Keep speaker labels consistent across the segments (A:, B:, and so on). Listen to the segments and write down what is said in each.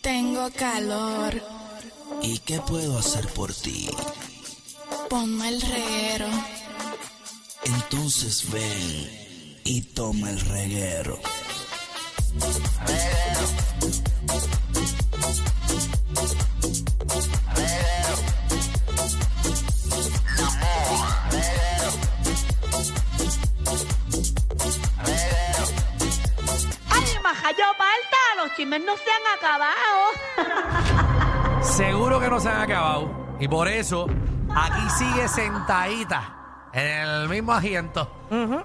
A: Tengo calor,
B: ¿Y qué puedo hacer por ti?
A: ponme el reguero.
B: Entonces ven y toma el reguero.
C: ¡Ay, majayo palta! Los chismes no se han acabado.
D: Seguro que no se han acabado. Y por eso, aquí sigue sentadita, en el mismo asiento,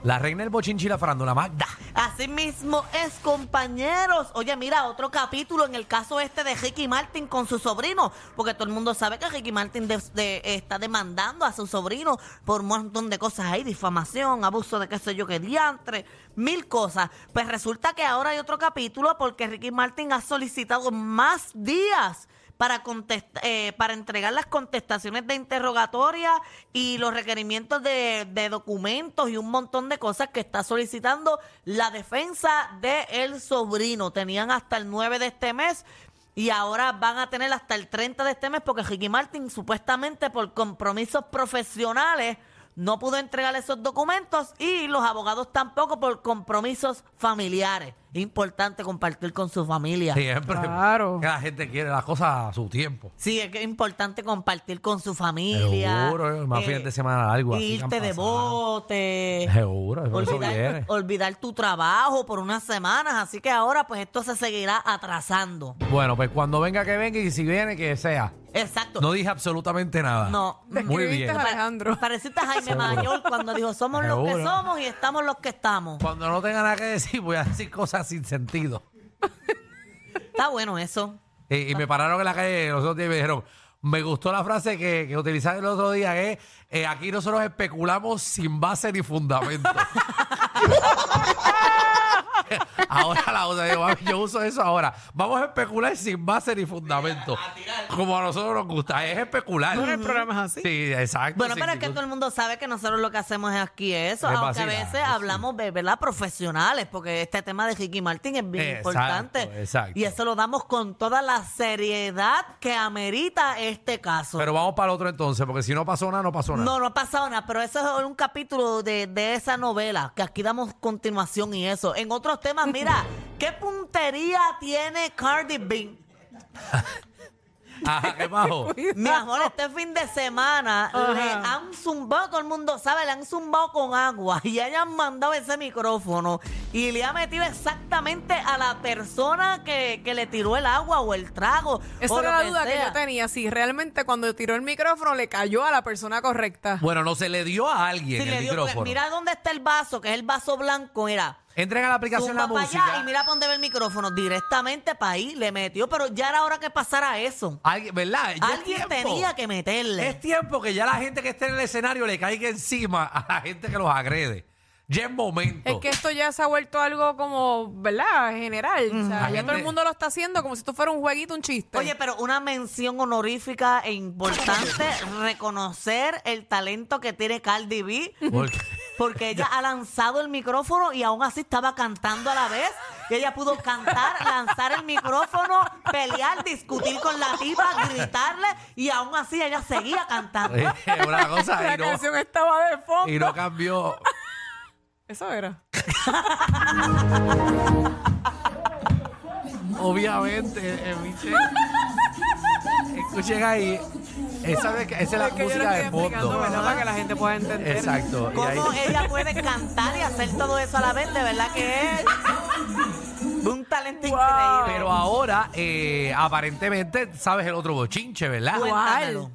D: la reina del bochinchi y la farándula, Magda.
E: Así mismo es, compañeros. Oye, mira, otro capítulo en el caso este de Ricky Martin con su sobrino, porque todo el mundo sabe que Ricky Martin de- de- está demandando a su sobrino por un montón de cosas ahí, difamación, abuso de qué sé yo, qué diantre, mil cosas. Pues resulta que ahora hay otro capítulo porque Ricky Martin ha solicitado más días para, contest- eh, para entregar las contestaciones de interrogatoria y los requerimientos de, de documentos y un montón de cosas que está solicitando la defensa de el sobrino. Tenían hasta el 9 de este mes y ahora van a tener hasta el 30 de este mes porque Ricky Martin supuestamente por compromisos profesionales no pudo entregar esos documentos y los abogados tampoco por compromisos familiares. Importante compartir con su familia.
D: Siempre.
F: Claro.
D: Que la gente quiere las cosas a su tiempo.
E: Sí, es que es importante compartir con su familia.
D: Seguro, eh, más fines de semana largo,
E: algo
D: así que han
E: Irte de
D: pasado.
E: bote.
D: Seguro, por eso
E: Olvidar,
D: viene.
E: olvidar tu trabajo por unas semanas. Así que ahora, pues esto se seguirá atrasando.
D: Bueno, pues cuando venga que venga y si viene que sea.
E: Exacto.
D: No dije absolutamente nada.
E: No. Te
D: Muy
F: escribiste
D: bien.
F: a Alejandro.
E: Pareciste a Jaime
D: Seguro.
E: Mayor cuando dijo: Somos los que
D: Seguro.
E: somos y estamos los que estamos.
D: Cuando no tenga nada que decir, voy a decir cosas sin sentido.
E: Está bueno eso.
D: Y, y me pararon en la calle los otros días y me dijeron, me gustó la frase que, que utilizaste el otro día, que es, eh, aquí nosotros especulamos sin base ni fundamento. ahora la otra, digo, "Mami, yo uso eso ahora. Vamos a especular sin base ni fundamento. Como a nosotros nos gusta, es especular.
F: Bueno, el programa es así.
D: Sí, exacto.
E: Bueno,
D: sí,
E: pero es
D: sí,
E: que
D: tú-
E: todo el mundo sabe que nosotros lo que hacemos es aquí eso,
D: Es
E: aunque a
D: vacilar,
E: veces
D: sí.
E: hablamos de ¿verdad? profesionales, porque este tema de Ricky Martín es bien
D: Exacto,
E: importante.
D: exacto.
E: Y eso lo damos con toda la seriedad que amerita este caso.
D: Pero vamos para el otro entonces, porque si no pasó nada, no pasó nada.
E: no, no ha pasado nada, pero eso es un capítulo de, de esa novela, que aquí damos continuación y eso. En otros temas, mira, ¿qué puntería tiene Cardi B?
D: Ajá, qué bajo.
E: Mi amor, este fin de semana le
F: Ajá.
E: han zumbado, todo el mundo sabe, le han zumbado con agua y hayan mandado ese micrófono y le ha metido exactamente a la persona que, que le tiró el agua o el trago.
F: Esa
E: o
F: era
E: lo
F: la duda que,
E: sea.
F: yo tenía, si realmente cuando tiró el micrófono le cayó a la persona correcta.
D: Bueno, no se le dio a
E: Sí,
D: alguien
E: le
D: el
E: dio, porque
D: micrófono.
E: mira dónde está el vaso, que es el vaso blanco, mira.
D: Entren a la aplicación
E: Zumba
D: la
E: para
D: música.
E: allá y mira para dónde ve el micrófono, directamente para ahí le metió, pero ya era hora que pasara eso.
D: Alguien, ¿verdad? Ya es
E: Alguien
D: tiempo.
E: tenía que meterle.
D: Es tiempo que ya la gente que esté en el escenario le caiga encima a la gente que los agrede. Ya es momento.
F: Es que esto ya se ha vuelto algo como, ¿verdad? General. O sea,
D: La
F: ya todo
D: gente-
F: el mundo lo está haciendo como si esto fuera un jueguito, un chiste.
E: Oye, pero una mención honorífica e importante, reconocer el talento que tiene Cardi B,
D: Porque-
E: porque ella ha lanzado el micrófono y aún así estaba cantando a la vez. Y ella pudo cantar, lanzar el micrófono, pelear, discutir con la tipa, gritarle, y aún así ella seguía cantando.
D: es una cosa
F: la
D: y no,
F: canción estaba de fondo.
D: y no cambió.
F: Eso era.
D: Obviamente, eh, Michelle. Escuchen ahí. Esa, es- esa es la
F: Es que yo lo
D: música
F: estoy
D: de
F: explicando,
D: fondo.
F: ¿verdad? Para que la gente pueda entender.
D: Exacto. Y ahí-
E: Cómo ella puede cantar y hacer todo eso a la vez, de verdad que es un talento
F: Wow.
E: increíble.
D: pero ahora, eh, aparentemente, sabes el otro bochinche, ¿verdad?
E: Cuéntamelo.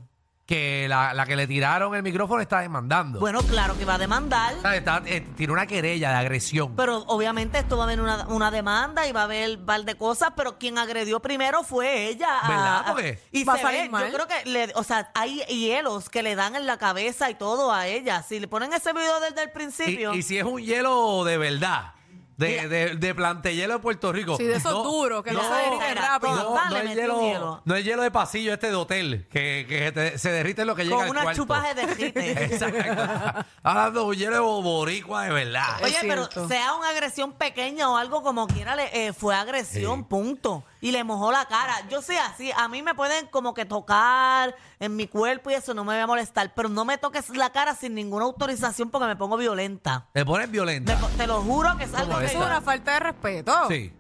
D: Que la, la que le tiraron el micrófono está demandando.
E: Bueno, claro que va a demandar.
D: O sea, está- eh, tiene una querella de agresión.
E: Pero obviamente esto va a haber una, una demanda y va a haber un par de cosas, pero quien agredió primero fue ella.
D: ¿Verdad?
E: Ah,
D: Porque
E: y
F: va
E: se
F: a salir
E: ve,
F: mal.
E: yo creo que, le- o sea, hay hielos que le dan en la cabeza y todo a ella. Si le ponen ese video desde el
D: Y,
E: principio,
D: y si es un hielo de verdad, de, de, de plantehielo de Puerto Rico.
F: Sí, de esos duros que no se derriten
E: era
F: rápido.
E: todo.
D: No,
E: Dale,
D: no es
E: mete
D: hielo,
E: un hielo.
D: no es hielo de pasillo este de hotel, que, que te- se derrite en lo que llega
E: Con
D: al
E: unas
D: cuarto.
E: chupas de derrite.
D: Exacto. Hablando de un hielo de boricua de verdad.
E: Oye,
F: Es
E: pero
F: cierto.
E: sea una agresión pequeña o algo como quiera, le, eh, fue agresión, punto. Y le mojó la cara. Yo soy así, a mí me pueden como que tocar en mi cuerpo y eso no me va a molestar, pero no me toques la cara sin ninguna autorización porque me pongo violenta.
D: Te pones
E: Me
D: violenta.
E: po- te lo juro que es algo
D: ¿Cómo
E: que
D: es?
F: Eso
E: yo-
F: es una falta de respeto.
D: Sí.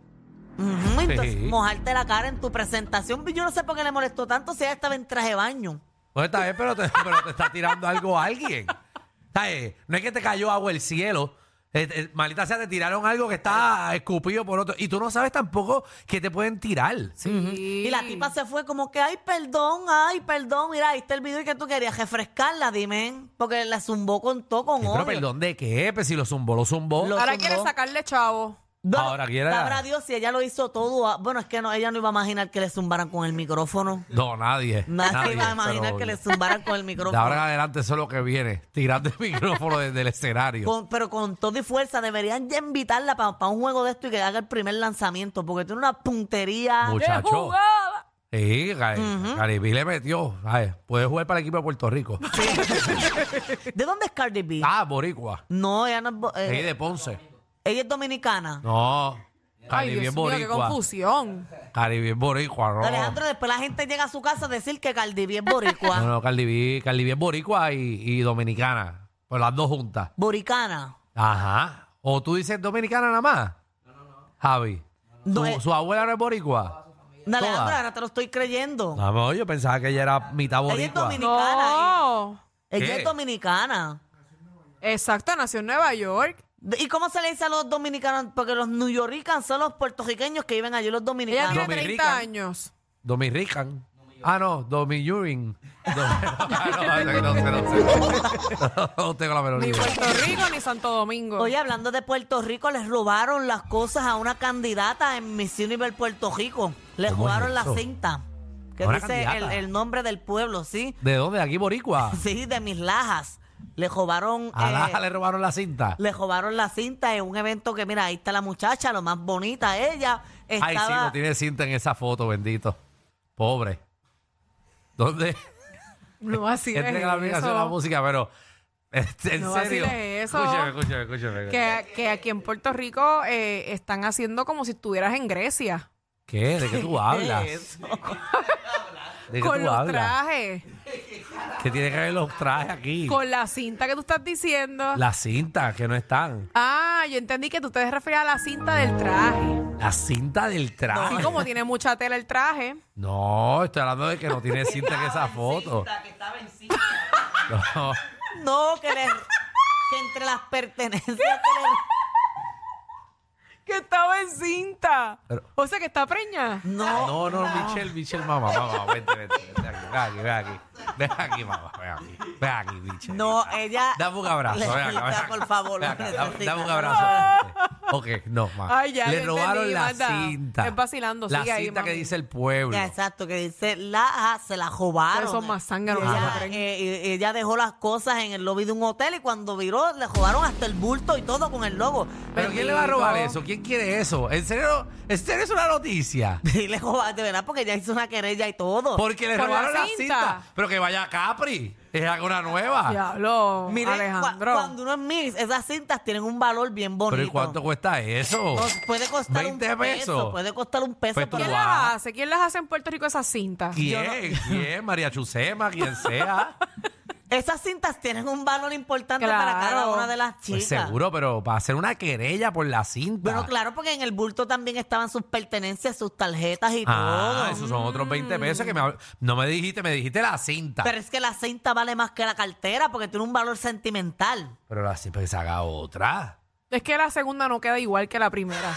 E: Ujú, entonces,
D: Sí.
E: mojarte la cara en tu presentación, yo no sé por qué le molestó tanto si ella estaba en traje de baño.
D: Pues está bien, pero te, pero te está tirando algo a alguien. ¿Sabes? No es que te cayó agua el cielo. Eh, eh, maldita sea, te tiraron algo que está escupido por otro. Y tú no sabes tampoco que te pueden tirar.
E: Y la tipa se fue como que, ay, perdón, ay, perdón, mira, ahí está el video que tú querías refrescarla, dime, porque la zumbó con todo, con
D: Sí, pero
E: odio.
D: perdón, ¿de qué? Pues si lo zumbó, lo zumbó.
E: Lo-
F: Ahora
E: zumbó.
F: quiere sacarle chavo.
E: Bueno,
D: Ahora quiere-
E: Sabrá Dios si ella lo hizo todo. a- Bueno, es que no, ella no iba a imaginar que le zumbaran con el micrófono.
D: No, nadie.
E: Nadie, iba a
D: pero
E: imaginar que le zumbaran con el
D: De ahora en
E: micrófono.
D: adelante eso es lo que viene. Tirando el micrófono desde el escenario.
E: Con- pero con todo y fuerza, deberían ya invitarla para un juego de esto y que haga el primer lanzamiento, porque tiene una puntería.
D: Muchacho. Sí, Gary, Gariby le metió. Ay, puede jugar para el equipo de Puerto Rico.
E: ¿De dónde es Cardi B?
D: Ah, Boricua.
E: No, ella no es. bo- eh,
D: Sí, de Ponce.
E: Ella es dominicana.
D: No.
F: Ay,
D: Gariby es
F: Dios mío, qué
D: Boricua.
F: confusión.
D: Cardi es boricua, no.
E: Alejandro, después la gente llega a su casa a decir que Cardi B es
D: No,
E: boricua.
D: no, Cardi B, Cardi B es boricua y, y dominicana. Pues las dos juntas.
E: Boricana.
D: Ajá. O tú dices dominicana nada más. Javi.
E: No,
D: ¿Su,
E: eh.
D: su abuela no es boricua?
E: No, Alejandro,
D: Todas.
E: ahora te lo estoy creyendo.
D: No, amor, yo pensaba que ella era mitad
E: es
D: boricua.
E: dominic-
F: No.
E: Ella
D: ¿Qué?
E: es dominicana.
F: Exacto, nació en Nueva York.
E: De- ¿Y cómo se le dice a los dominicanos? Porque los newyoricans son los puertorriqueños que viven allí, los
F: Ella
E: dominicanos.
F: tiene
D: Dominica.
F: 30 años.
D: Dominican. Ah, no, Dominiurin. Dom- Ah, no, no, sé, no sé, no sé. No tengo la menor
F: Ni
D: idea.
F: Puerto Rico ni Santo Domingo.
E: Oye, hablando de Puerto Rico, les robaron las cosas a una candidata en Miss Universe Puerto Rico. Les
D: ¿Cómo es
E: robaron la
D: eso?
E: cinta. Que
D: ¿A una
E: dice el,
D: candidata?
E: el nombre del pueblo, ¿sí?
D: ¿De dónde? ¿De aquí boricua?
E: Sí, de mis lajas. Le robaron.
D: A
E: eh,
D: Laja le robaron la cinta.
E: Le robaron la cinta en un evento que, mira, ahí está la muchacha, lo más bonita, ella. Estaba,
D: Ay, sí, no tiene cinta en esa foto, bendito. Pobre. ¿Dónde?
F: no así
D: Entrega Este la aplicación de la música, pero. este, en
F: No
D: serio.
F: vaciles eso.
D: Escúchame, escúchame, escúchame.
F: que, que aquí en Puerto Rico eh, están haciendo como si estuvieras en Grecia.
D: ¿Qué? ¿De qué tú hablas? ¿De qué
F: Con
D: tú
F: los
D: hablas?
F: trajes,
D: Que tiene que ver los trajes aquí.
F: con la cinta que tú estás diciendo.
D: Las cintas que no están.
F: Ah, yo entendí que tú te referías a la cinta del traje.
D: La cinta del
F: Y
D: traje.
F: como tiene mucha tela el traje.
D: No, estoy hablando de que no tiene cinta en esa foto. No.
E: No, que le- que entre las pertenencias que le-
F: Que estaba en cinta.
D: Pero-
F: O sea, que está preña.
D: No,
E: No,
D: no, Michelle, Michelle, mamá, mamá, vente, vente, vente aquí, ven aquí, ven aquí, ven aquí, mamá, ven aquí, ven aquí, Michelle.
E: no, ella.
D: Dame un abrazo,
E: Le-
D: ven acá, ven acá.
E: por favor,
D: Ven
E: lo
D: acá, dame,
E: necesita.
D: dame un abrazo. Ok, no, más.
F: Ay, ya,
D: Le
F: yo
D: robaron
F: entendí,
D: la
F: Magda.
D: cinta.
F: Es vacilando,
D: La
F: sigue ahí,
D: cinta que
F: mami.
D: dice el pueblo.
E: Exacto, que dice, la, se la robaron.
F: Ustedes son más zánganos
E: Y
F: que
E: ella,
F: se creen.
E: eh, y- ella dejó las cosas en el lobby de un hotel y cuando viró, le robaron hasta el bulto y todo con el logo.
D: Pero ¿quién le va a robar
F: Bendito.
D: eso? ¿Quién quiere eso? ¿En serio? ¿En serio es una noticia?
E: Y le robaron, de verdad, porque ella hizo una querella y todo.
D: Porque le
F: Por la
D: robaron la cinta.
F: cinta.
D: Pero que vaya a Capri. Es una nueva.
F: Diablo,
E: Miren,
F: Alejandro.
E: cua- cuando uno es mix, esas cintas tienen un valor bien bonito.
D: Pero ¿y cuánto cuesta eso?
E: Pues puede costar
D: 20
E: un peso,
D: pesos.
E: Puede costar un peso.
D: Pues tú
E: pero-
F: ¿Quién
D: Guau.
F: las hace? ¿Quién las hace en Puerto Rico esas cintas?
D: ¿Quién? ¿Quién? María Chusema, quien sea.
E: esas cintas tienen un valor importante
F: Claro.
E: para cada una de las chicas.
D: Pues seguro, pero para hacer una querella por la cinta.
E: Bueno, claro, porque en el bulto también estaban sus pertenencias, sus tarjetas y
D: Ah,
E: todo. Mm.
D: esos son otros 20 pesos que me hab- no me dijiste, me dijiste la cinta.
E: Pero es que la cinta vale más que la cartera porque tiene un valor sentimental.
D: Pero la cinta pues, que se haga otra.
F: Es que la segunda no queda igual que la primera.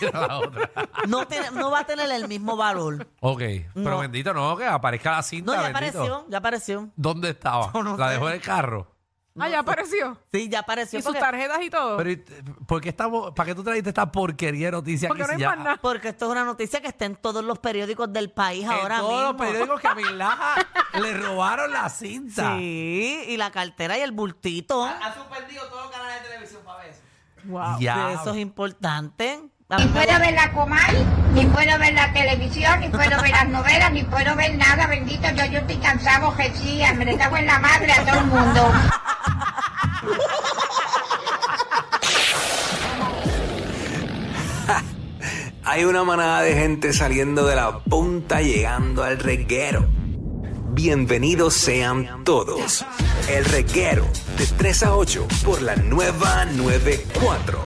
D: Pero la otra.
E: No, tiene- no va a tener el mismo valor.
D: Ok, pero
E: No.
D: bendito no, que aparezca la
E: No,
D: cinta.
E: ya
D: bendito.
E: apareció, ya apareció.
D: ¿Dónde estaba?
E: no
D: la
E: sé.
D: dejó en el carro.
F: Ah, ya apareció.
E: Sí, ya apareció.
F: Y sus
E: porque-
F: tarjetas y todo.
D: Pero, ¿y t- ¿por qué estamos, ¿Para qué tú trajiste esta porquería de noticia
F: Porque
D: que
F: no
D: se
F: hay
D: llama-
F: más nada.
E: Porque esto es una noticia que está en todos los periódicos del país ahora
D: en todos los
E: mismo.
D: periódicos que a Milaja le robaron la cinta.
E: Sí, y la cartera y el bultito.
F: Wow.
D: Ya.
E: Pero eso es importante. A
G: Ni
E: mí me
G: puedo ver la Comay, ni puedo ver la televisión, ni puedo ver las novelas, ni puedo ver nada, bendito. Yo, yo estoy cansado, Jesía, me le cago en la madre a todo el mundo.
B: Hay una manada de gente saliendo de la punta llegando al reguero. Bienvenidos sean todos. El reguero de 3 a 8 por la nueva 94.